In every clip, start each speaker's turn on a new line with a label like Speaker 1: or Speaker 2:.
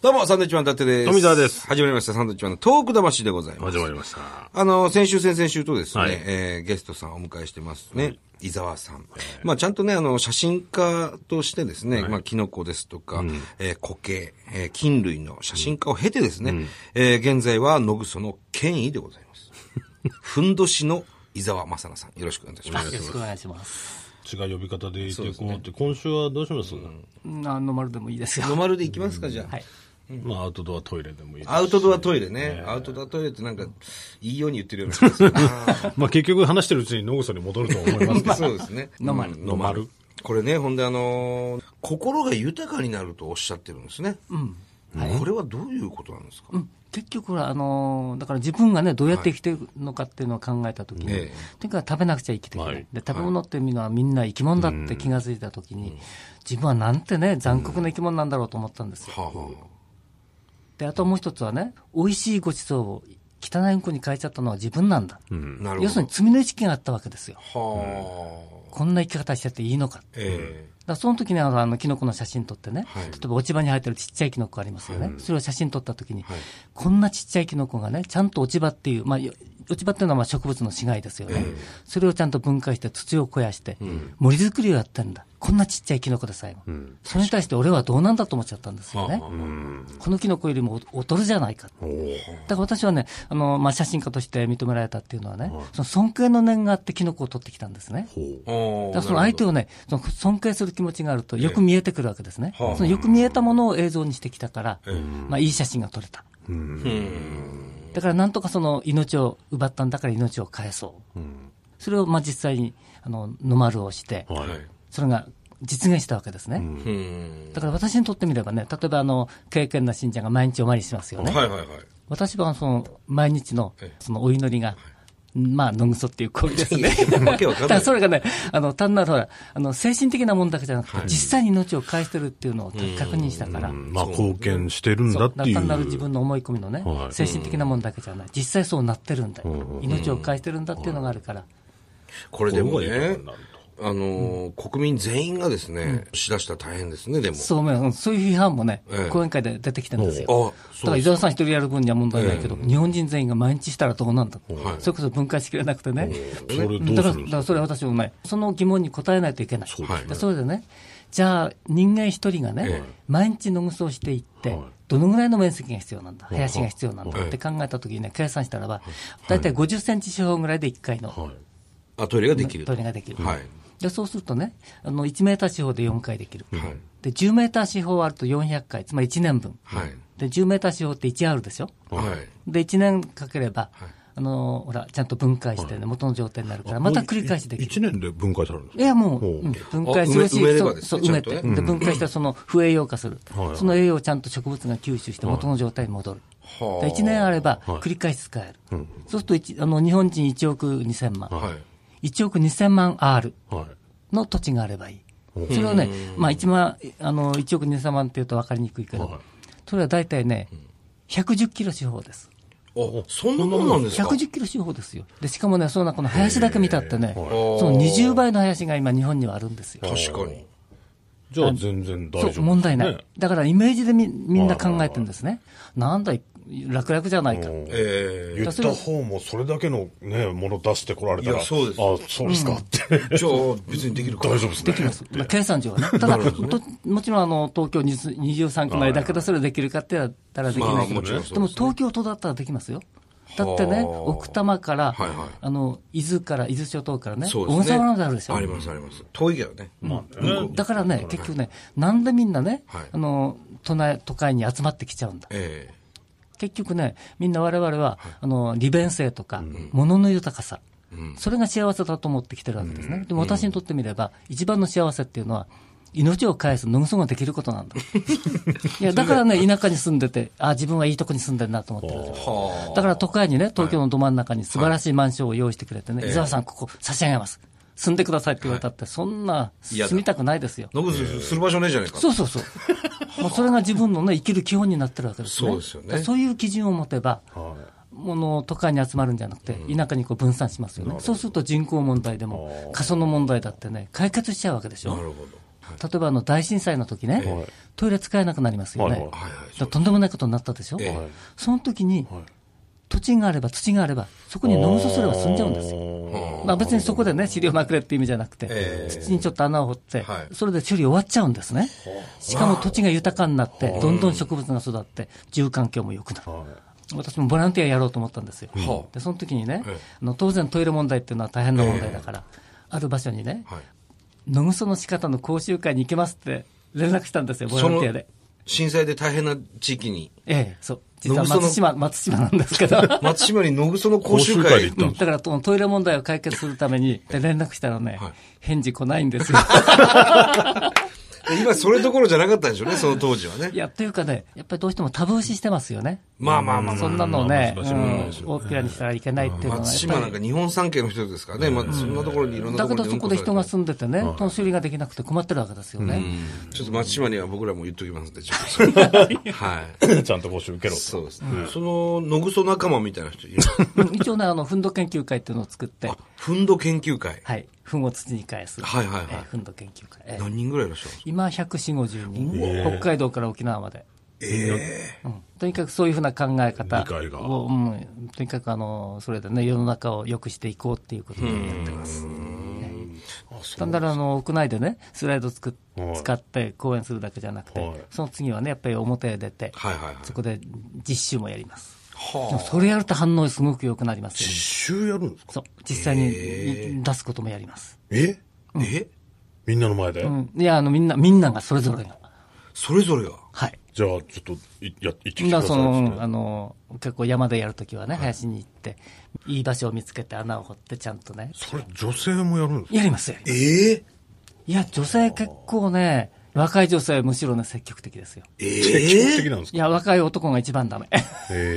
Speaker 1: どうも、サンドウィッチマン伊達です。
Speaker 2: 富澤です
Speaker 1: 始まりました、サンドウィッチマンのトーク魂でございます。
Speaker 2: 始まりました。
Speaker 1: あの、先週、先々週とですね、
Speaker 2: はい
Speaker 1: えーゲストさんをお迎えしてますね。伊沢さん。まあ、ちゃんとね、あの、写真家としてですね、まあ、キノコですとか、えー固形、えー菌類の写真家を経てですね、えー現在は野草の権威でござい ます。ふんどしの伊沢正奈さん、よろしくお願いしま
Speaker 3: よ
Speaker 1: す。
Speaker 3: ろしくお願いします。
Speaker 2: 違う呼び方でいてこうって、今週はどうします、
Speaker 3: うんあの、まるでもいいですよ。
Speaker 1: ノマルで行きますか、じゃあ。
Speaker 3: はい。
Speaker 2: まあ、アウトドアトイレでもいい。
Speaker 1: アウトドアトイレね。アウトドアトイレってなんか、いいように言ってるような気がするな。。
Speaker 2: まあ、結局話してるうちに野草に戻ると思います
Speaker 1: そうですね。
Speaker 3: ノマル
Speaker 1: うんノマル。これね、ほんであのー心が豊かになるとおっしゃってるんですね。
Speaker 3: うん。
Speaker 1: これはどういうことなんですか、
Speaker 3: うん。結局は、あのー、だから自分がね、どうやって生きてるのかっていうのを考えたときに、
Speaker 1: ええ
Speaker 3: とにかく食べなくちゃ生きていけない。
Speaker 2: はい
Speaker 3: で、食べ物っていうのはみんな生き物だって気がついたときに、自分はなんてね、残酷な生き物なんだろうと思ったんですよ。
Speaker 1: はあは
Speaker 3: で、あともう一つはね、美味しいごちそうを汚いうんこに変えちゃったのは自分なんだ。
Speaker 1: あなるほど。
Speaker 3: 要するに罪の意識があったわけですよ。
Speaker 1: はあ。
Speaker 3: こんな生き方しちゃっていいのか。
Speaker 1: え
Speaker 3: だからその時にあの、あの、キノコの写真撮ってね、
Speaker 1: はい
Speaker 3: 例えば落ち葉に生えてるちっちゃいキノコありますよね。それを写真撮った時に、
Speaker 1: はい
Speaker 3: こんなちっちゃいキノコがね、ちゃんと落ち葉っていう、まあ、よ落ち葉っていうのはまあ植物の死骸ですよね。それをちゃんと分解して土を肥やして、森作りをやってんだ。こんなちっちゃいキノコでさえも。それに対して俺はどうなんだと思っちゃったんですよね。このキノコよりもお劣るじゃないか。だから私はね、あの、まあ、写真家として認められたっていうのはね、その尊敬の念があってキノコを取ってきたんですね。
Speaker 1: えおー
Speaker 3: だからその相手をね、その尊敬する気持ちがあると、よく見えてくるわけですね、
Speaker 1: はあ
Speaker 3: そのよく見えたものを映像にしてきたから、
Speaker 1: え
Speaker 3: まあ、いい写真が撮れた、
Speaker 1: うん
Speaker 3: だからなんとかその命を奪ったんだから命を返そう、それをまあ実際にあのノマルをして、
Speaker 2: はい。
Speaker 3: それが実現したわけですね、
Speaker 1: うん
Speaker 3: だから私にとってみればね、例えばあの経験な信者が毎日お参りしますよね、
Speaker 1: はいはいはい。
Speaker 3: 私はその毎日の
Speaker 1: ええ
Speaker 3: そのお祈りが、まあ、のぐそっていう行為ですね。
Speaker 1: わけわか
Speaker 3: だ
Speaker 1: んない。
Speaker 3: からそれがね、あの、単なるほら、あの、精神的なものだけじゃなくて、実際に命を返してるっていうのを確認したから、
Speaker 2: まあ、貢献してるん
Speaker 3: そう
Speaker 2: だ
Speaker 3: だ
Speaker 2: っ
Speaker 3: か
Speaker 2: てい
Speaker 3: ら
Speaker 2: う。
Speaker 3: 単なる自分の思い込みのね、
Speaker 2: はい
Speaker 3: 精神的なものだけじゃない、実際そうなってるんだよ、命を返してるんだっていうのがあるから、
Speaker 1: これでも
Speaker 2: 心が豊
Speaker 1: ね
Speaker 2: かになる、
Speaker 1: あのー国民全員がですね、しだしたら大変ですね、でも。
Speaker 3: そう思いますそういう批判もね
Speaker 1: ええ、
Speaker 3: 講演会で出てきたんですよ。
Speaker 1: あ、
Speaker 3: だか
Speaker 1: そ
Speaker 3: ら
Speaker 1: う
Speaker 3: 伊沢さん一人やる分には問題ないけど、日本人全員が毎日したらどうなんだ、
Speaker 1: はい
Speaker 3: それこそ分解しきれなくてね、
Speaker 2: それどうするん
Speaker 3: だから
Speaker 2: です
Speaker 3: だか
Speaker 2: から
Speaker 3: それは私もね、その疑問に答えないといけない、
Speaker 2: そう
Speaker 1: ですね
Speaker 3: でそれでね、じゃあ、人間一人がね、
Speaker 1: ええ
Speaker 3: 毎日野草をしていって、
Speaker 2: はい
Speaker 3: どのぐらいの面積が必要なんだ、林が必要なんだ
Speaker 1: はい
Speaker 3: って考えたときにね、計算したらば、大体50センチ四方ぐらいで1回の
Speaker 2: はい。
Speaker 1: あ、トイレができる
Speaker 3: ト。イレができる、
Speaker 1: はい。
Speaker 3: でそうするとね、あの1メーター四方で4回できる、
Speaker 1: はい
Speaker 3: で10メーター四方あると400回、つまり1年分、
Speaker 1: はい。
Speaker 3: で10メーター四方って1あるでしょ。
Speaker 1: はい。
Speaker 3: で、1年かければ、
Speaker 1: はい
Speaker 3: あのほら、ちゃんと分解してね、元の状態になるから、また繰り返しできる。
Speaker 2: 1年で分解されるんです
Speaker 3: いや、もう、
Speaker 2: ほう
Speaker 3: うん分解するし、
Speaker 1: あ埋め埋めれば
Speaker 3: そう
Speaker 1: ですね
Speaker 3: そう
Speaker 1: ち
Speaker 3: 埋
Speaker 1: ゃん
Speaker 3: め
Speaker 1: と
Speaker 3: て、
Speaker 1: ね
Speaker 3: で分解したその不栄養化する、
Speaker 2: はい
Speaker 3: その栄養をちゃんと植物が吸収して、元の状態に戻る。
Speaker 1: は
Speaker 3: で1年あれば、繰り返し使える。そうすると一、あの日本人1億2000万、
Speaker 1: はい。
Speaker 3: 1億2000万 R
Speaker 2: かはい。
Speaker 3: の土地があればいい。それをね、まあ1万、あの、1億2000万っていうと分かりにくいけど、
Speaker 2: はい
Speaker 3: それは大体ね、110キロ四方です。
Speaker 1: あ、そんなもんなんですか
Speaker 3: 110キロ四方ですよ。で、しかもね、その中の林だけ見たってね、
Speaker 1: ー
Speaker 3: その20倍の林が今日本にはあるんですよ。
Speaker 1: 確かに。
Speaker 2: じゃあ、全然大丈夫、
Speaker 3: そう、問題ない
Speaker 2: ね。
Speaker 3: だからイメージでみみんな考えてるんですね。なんだい、楽々じゃないか。
Speaker 1: え
Speaker 2: 言った方もそれだけのね、もの出してこられた
Speaker 1: い
Speaker 2: ら、
Speaker 1: やそうです
Speaker 2: あ、そうですかって。
Speaker 1: え。じゃあ、別にできるか。
Speaker 2: 大丈夫ですね。
Speaker 3: できます。まあ、計算上 はね。ただ、ともちろんあの、東京23区内だけど、それできるかって言ったらできないけ
Speaker 1: まあも
Speaker 3: ど、
Speaker 1: ちろんそうですね
Speaker 3: でも東京都だったらできますよ。だって
Speaker 1: は
Speaker 3: ね、
Speaker 1: あ
Speaker 3: 奥多摩から、
Speaker 1: はいはい
Speaker 3: あの、伊豆から、伊豆諸島からね、
Speaker 1: そうですね。
Speaker 3: 小笠原まであるでしょ。
Speaker 1: ありますあります。遠いけどね。
Speaker 3: だからね、結局ね、なんでみんなね、
Speaker 1: はい
Speaker 3: あの都内都会に集まってきちゃうんだ、
Speaker 1: ええ
Speaker 3: 結局ね、みんな我々は、あの利便性とか、ものの豊かさ、それが幸せだと思ってきてるわけですね、でも私にとってみれば、一番の幸せっていうのは、命を返す、のぐそ ができることなんだ。いや、だからね、田舎に住んでて、あ自分はいいとこに住んでるなと思ってるわけです
Speaker 1: は
Speaker 3: だから都会にね、東京のど真ん中に素晴らしいマンションを用意してくれてね、
Speaker 1: ええ
Speaker 3: 伊沢さん、ここ差し上げます。住んでくださいって言われたって、そんな、
Speaker 1: 嫌だ
Speaker 3: 住みたくないですよ。
Speaker 1: あ。ノブスする場所ねえじゃねえか。
Speaker 3: そうそうそう。 もうそれが自分のね、生きる基本になってるわけですね。
Speaker 1: そうですよね
Speaker 3: だからそういう基準を持てば、もの都会に集まるんじゃなくて、田舎にこう分散しますよね。そうすると人口問題でも、過疎の問題だってね、解決しちゃうわけでしょ。
Speaker 1: なるほど。
Speaker 3: 例えばあの大震災の時ね、トイレ使えなくなりますよね。
Speaker 2: はいはい
Speaker 1: はいはい
Speaker 3: だからとんでもないことになったでしょ、
Speaker 1: ええ
Speaker 3: その時に、土地があれば、土があれば、そこに農村すれば済んじゃうんですよ。
Speaker 2: よ
Speaker 3: まあ、別にそこでね、飼料まくれって意味じゃなくて、
Speaker 1: ええ
Speaker 3: 土にちょっと穴を掘って、
Speaker 1: はい
Speaker 3: それで処理終わっちゃうんですね。しかも土地が豊かになって、どんどん植物が育って、住環境も良くなる。私もボランティアやろうと思ったんですよ。
Speaker 1: はあ
Speaker 3: で、その時にね、
Speaker 1: ええ
Speaker 3: あの当然トイレ問題っていうのは大変な問題だから、ある場所にね、
Speaker 1: はい。
Speaker 3: 野ぐその仕方の講習会に行けますって連絡したんですよ、ボラ
Speaker 1: そ
Speaker 3: ン
Speaker 1: の
Speaker 3: ティアで。
Speaker 1: 震災で大変な地域に、
Speaker 3: ええ、そう。実
Speaker 1: 野
Speaker 3: は
Speaker 1: ぐ
Speaker 3: 松
Speaker 1: その
Speaker 3: 島、松島なんですけど。
Speaker 1: 松島に野ぐその講習
Speaker 2: 講習会
Speaker 1: 会
Speaker 2: で行った
Speaker 3: うんだからとトイレ問題を解決するために、で連絡したらね、
Speaker 1: はい
Speaker 3: 返事来ない んですよ。
Speaker 1: 今それどころじゃなかったんでしょうね、その当時はね
Speaker 3: い。や、というかね、やっぱりどうしてもタブー視してますよね。
Speaker 1: まあまあまあま
Speaker 3: そ
Speaker 1: あ
Speaker 3: んなのをね、うん
Speaker 2: 難しい問題ですよ
Speaker 3: 大っぴらにしたらいけないっていうのは、
Speaker 1: 松島なんか日本三景の人ですからね、まあ、そんなところにいろんな
Speaker 3: だ
Speaker 1: ところ
Speaker 3: けど
Speaker 1: に
Speaker 3: そこで人が
Speaker 1: ち
Speaker 3: 住んでてね、その修理ができなくて困ってるわけですよね。
Speaker 1: ょっと松島には僕らも言っときますんで、ちょっ と。はい。
Speaker 2: ちゃんと募集受けろと。
Speaker 1: そうですね。その、野ぐそ仲間みたいな人いる。
Speaker 3: うん一応ね、あの、フンド研究会っていうのを作って
Speaker 1: あ、、ふんど研究会。
Speaker 3: はい、フンを土に返す。
Speaker 1: はいはいはい
Speaker 3: えーフンド研究会。えー
Speaker 1: 何人ぐらいいらっしゃるんですか
Speaker 3: 今、140、50人。北海道から沖縄まで。うんとにかくそういうふうな考え方
Speaker 2: 理解が
Speaker 3: を、うん、とにかくあの、それでね、世の中を良くしていこうっていうことでやってます。単なるあの、屋内でね、スライドつく
Speaker 2: はい
Speaker 3: 使って講演するだけじゃなく
Speaker 2: はい
Speaker 3: て、その次はね、やっぱり表へ出て、
Speaker 1: はいはいはい。
Speaker 3: そこで実習もやります。でもそれやると反応すごく良くなりますよね、
Speaker 2: 一周やるんですか
Speaker 3: そう。実際に出すこともやります。
Speaker 2: え
Speaker 1: え
Speaker 2: みんなの前で
Speaker 3: うん。いや、あの、みんな、みんながそれぞれが。
Speaker 1: それぞれが。
Speaker 3: はい。
Speaker 2: じゃあ、ちょっと、いや、行ってきて
Speaker 3: だ
Speaker 2: くだ
Speaker 3: から
Speaker 2: さい
Speaker 3: そ
Speaker 2: っ
Speaker 3: の
Speaker 2: つ、って
Speaker 3: あの、結構山でやるときはね、林に行って、いい場所を見つけて穴を掘ってちゃんとね。
Speaker 2: それ、女性もやるんですか
Speaker 3: やりますよ。
Speaker 1: ええ
Speaker 3: いや、女性結構ね、若い女性はむしろね、積極的ですよ。
Speaker 2: 積極
Speaker 1: え
Speaker 2: 的
Speaker 1: え
Speaker 2: なんです
Speaker 3: い
Speaker 2: か
Speaker 3: や、若い男が一番ダメ。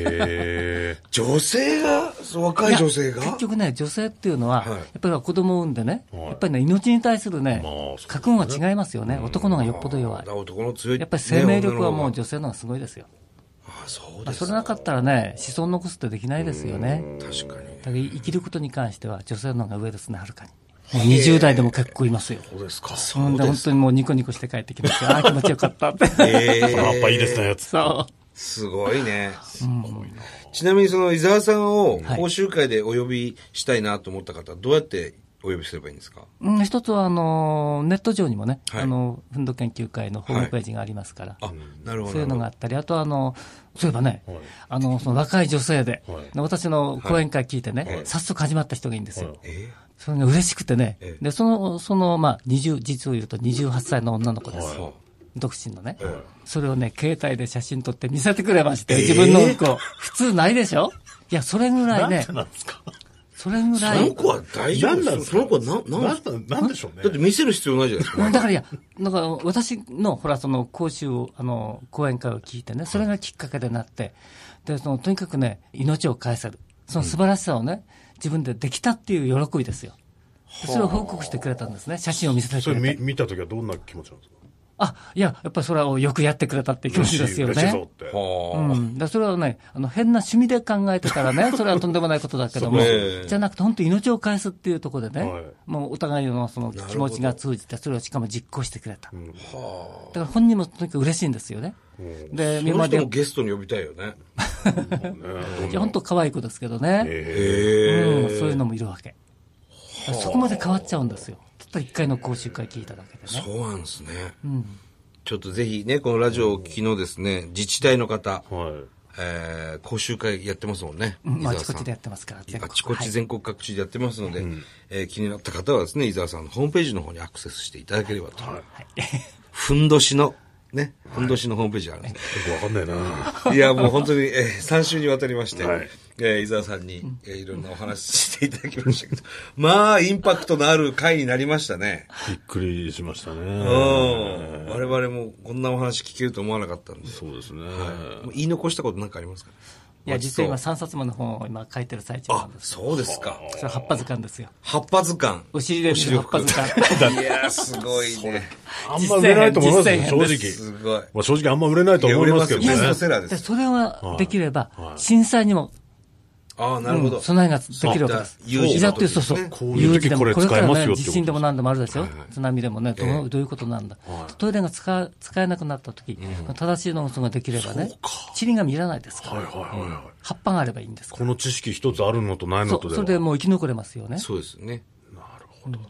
Speaker 2: へ
Speaker 1: 女性が、そう若い女性が
Speaker 3: いや結局ね、女性っていうのは、
Speaker 1: はい
Speaker 3: やっぱり子供を産んでね、
Speaker 2: はい
Speaker 3: やっぱりね、命に対するね
Speaker 2: まあそうです、ね
Speaker 3: 覚悟が違いますよね。男の方がよっぽど弱い
Speaker 1: だ。男の強い。
Speaker 3: やっぱり生命力は
Speaker 1: ね
Speaker 3: も
Speaker 1: 女
Speaker 3: う
Speaker 1: の
Speaker 3: 女性の方がすごいですよ。
Speaker 1: 方があ、そう
Speaker 3: ま
Speaker 1: で
Speaker 3: あ、そ
Speaker 1: す
Speaker 3: れなかったらね、子孫残すってできないですよね。
Speaker 1: 確かに。
Speaker 3: だから生きることに関しては女性の方が上ですね、はるかに。もう20代でも結構いますよ。
Speaker 1: そうですか。
Speaker 3: そんで本当にもうニコニコして帰ってきますよ。ああ、気持ちよかった って。
Speaker 1: え
Speaker 2: え。やっぱいいですね、やつ。
Speaker 3: そう。
Speaker 1: すごいね。ちなみにその伊沢さんを
Speaker 3: はい
Speaker 1: 講習会でお呼びしたいなと思った方、どうやってお呼びすればいいんですか
Speaker 3: うん一つは、あの、ネット上にもね、
Speaker 1: はい
Speaker 3: あの、フンド研究会のホームページがありますから、
Speaker 1: あ、なるほど。
Speaker 3: そういうのがあ
Speaker 1: なる
Speaker 3: ったり、あとはあの、そういえばね、
Speaker 2: はい
Speaker 3: あの、その若い女性で、
Speaker 2: はい
Speaker 3: 私の講演会聞いてね、
Speaker 2: はい
Speaker 3: 早速始まった人がいいんですよ。
Speaker 2: はい
Speaker 1: ほど。え
Speaker 3: それが嬉しくてね
Speaker 1: え、え
Speaker 3: で、その、その、まあ、20、実を言うと28歳の女の子です。
Speaker 1: ーそう
Speaker 3: 独身のね、
Speaker 2: え
Speaker 3: それをね、携帯で写真撮って見せてくれまして、自分のうんこ、普通ないでしょいや、それぐらいね、
Speaker 2: なんですか
Speaker 3: それぐ
Speaker 1: そ
Speaker 3: ら
Speaker 1: の
Speaker 3: い。
Speaker 1: 子は大丈夫ですその子は何、
Speaker 2: な
Speaker 1: なん
Speaker 2: んなんなんでしょうね
Speaker 1: だって見せる必要ないじゃないですか。
Speaker 3: だからいや、なんか私の、ほら、その講習を、あの、講演会を聞いてね、それがきっかけでなって、で、その、とにかくね、命を返せる。その素晴らしさをね、自分でできたっていう喜びですよ。でそれを報告してくれたんですね。写真を見せて
Speaker 2: そ
Speaker 3: く
Speaker 2: れ
Speaker 3: れ
Speaker 2: 見
Speaker 3: て。
Speaker 2: 見たときはどんな気持ちなんですか
Speaker 3: あ、いや、やっぱりそれはよくやってくれたっていう気持ちですよね。
Speaker 2: 嬉しいぞって。
Speaker 1: はあ
Speaker 3: うん、だそれはね、あの変な趣味で考えてたらね、それはとんでもないことだけ ども、
Speaker 1: そうええ
Speaker 3: じゃなくて、本当、命を返すっていうところでね、
Speaker 2: はい
Speaker 3: もうお互いのその
Speaker 1: ほど
Speaker 3: 気持ちが通じて、それをしかも実行してくれた、だ
Speaker 1: は
Speaker 3: から本人もとにかく嬉しいんですよね、
Speaker 1: あ。
Speaker 3: で、
Speaker 1: そ
Speaker 3: 今
Speaker 1: の
Speaker 3: ま
Speaker 1: 人
Speaker 3: で
Speaker 1: も、ゲストに呼びたいよね。
Speaker 3: いや本当可愛い子ですけどね、
Speaker 1: ええ。
Speaker 3: うん、そういうのもいるわけ、そこまで変わっちゃうんですよ、たった1回の講習会聞いただけでね。
Speaker 1: そうなんですね。ちょっとぜひね、このラジオを聞きのですね、自治体の方、
Speaker 2: はい。
Speaker 1: えー講習会やってますもんね。
Speaker 3: うん
Speaker 1: 伊
Speaker 3: まあ、あ
Speaker 1: 沢
Speaker 3: ち
Speaker 1: さ
Speaker 3: こ
Speaker 1: ん
Speaker 3: ちでやってますから、全
Speaker 1: あ
Speaker 3: 国
Speaker 1: ちこ
Speaker 3: は
Speaker 1: ち
Speaker 3: い
Speaker 1: 全国各地でやってますので、えー気になった方はですね、伊沢さんのホームページの方にアクセスしていただければと。ふんどしの、ね、ふんどしのホームページがあるんです。
Speaker 2: よくわかんないな。
Speaker 1: いや、もう本当に、えー、3週にわたりまして、
Speaker 2: はい
Speaker 1: えー伊沢さんに、えーいろんなお話ししていただきましたけど、まあ、インパクトのある回になりましたね。
Speaker 2: びっくりしました
Speaker 1: うん。
Speaker 2: ね。
Speaker 1: 我々もこんなお話聞けると思わなかったんで。
Speaker 2: そうですね。
Speaker 1: もう言い残したことなんかありますか
Speaker 3: いや、実は今、
Speaker 1: まあ
Speaker 3: 3冊目の本を今、書いてる最中な
Speaker 1: あ
Speaker 3: ん、です。
Speaker 1: そうですか。
Speaker 3: それ葉っぱ図鑑ですよ。
Speaker 1: 葉っぱ図鑑。
Speaker 3: お尻で見る葉っぱ図鑑。
Speaker 1: いや、すご いね。
Speaker 2: あんま売れないと思いますよ、
Speaker 3: 実
Speaker 2: 正
Speaker 3: 践編
Speaker 2: 直。
Speaker 1: すごい。
Speaker 2: まあ、正直あんま売れないと思いますけど
Speaker 1: いや売れますよベ
Speaker 2: ね。
Speaker 1: ストセラーです
Speaker 3: それはできれば
Speaker 2: は、い
Speaker 3: 震災にも
Speaker 1: ああ、なるほど。
Speaker 3: 備えができるわけです。
Speaker 1: そういった有事の時
Speaker 3: いざっていう、そうそう
Speaker 1: ですね。
Speaker 2: こういう時
Speaker 3: でも、
Speaker 2: これ使えますよってこと
Speaker 3: 地震でも何でもあるでしょ、津波でもね、どう,、
Speaker 1: ええ
Speaker 3: どういうことなんだ。トイレが使え使えなくなった時、正しい農村ができればね
Speaker 2: そうか、
Speaker 3: 塵が見らないですから、
Speaker 2: はいはいはいはい。
Speaker 3: 葉っぱがあればいいんですか
Speaker 2: こ
Speaker 3: ら
Speaker 2: の知識一つあるのとないの
Speaker 3: そ
Speaker 2: と
Speaker 3: う
Speaker 2: で
Speaker 3: そ
Speaker 2: は。
Speaker 3: れでもう生き残れますよね。
Speaker 1: そうですね。
Speaker 2: なるほどね。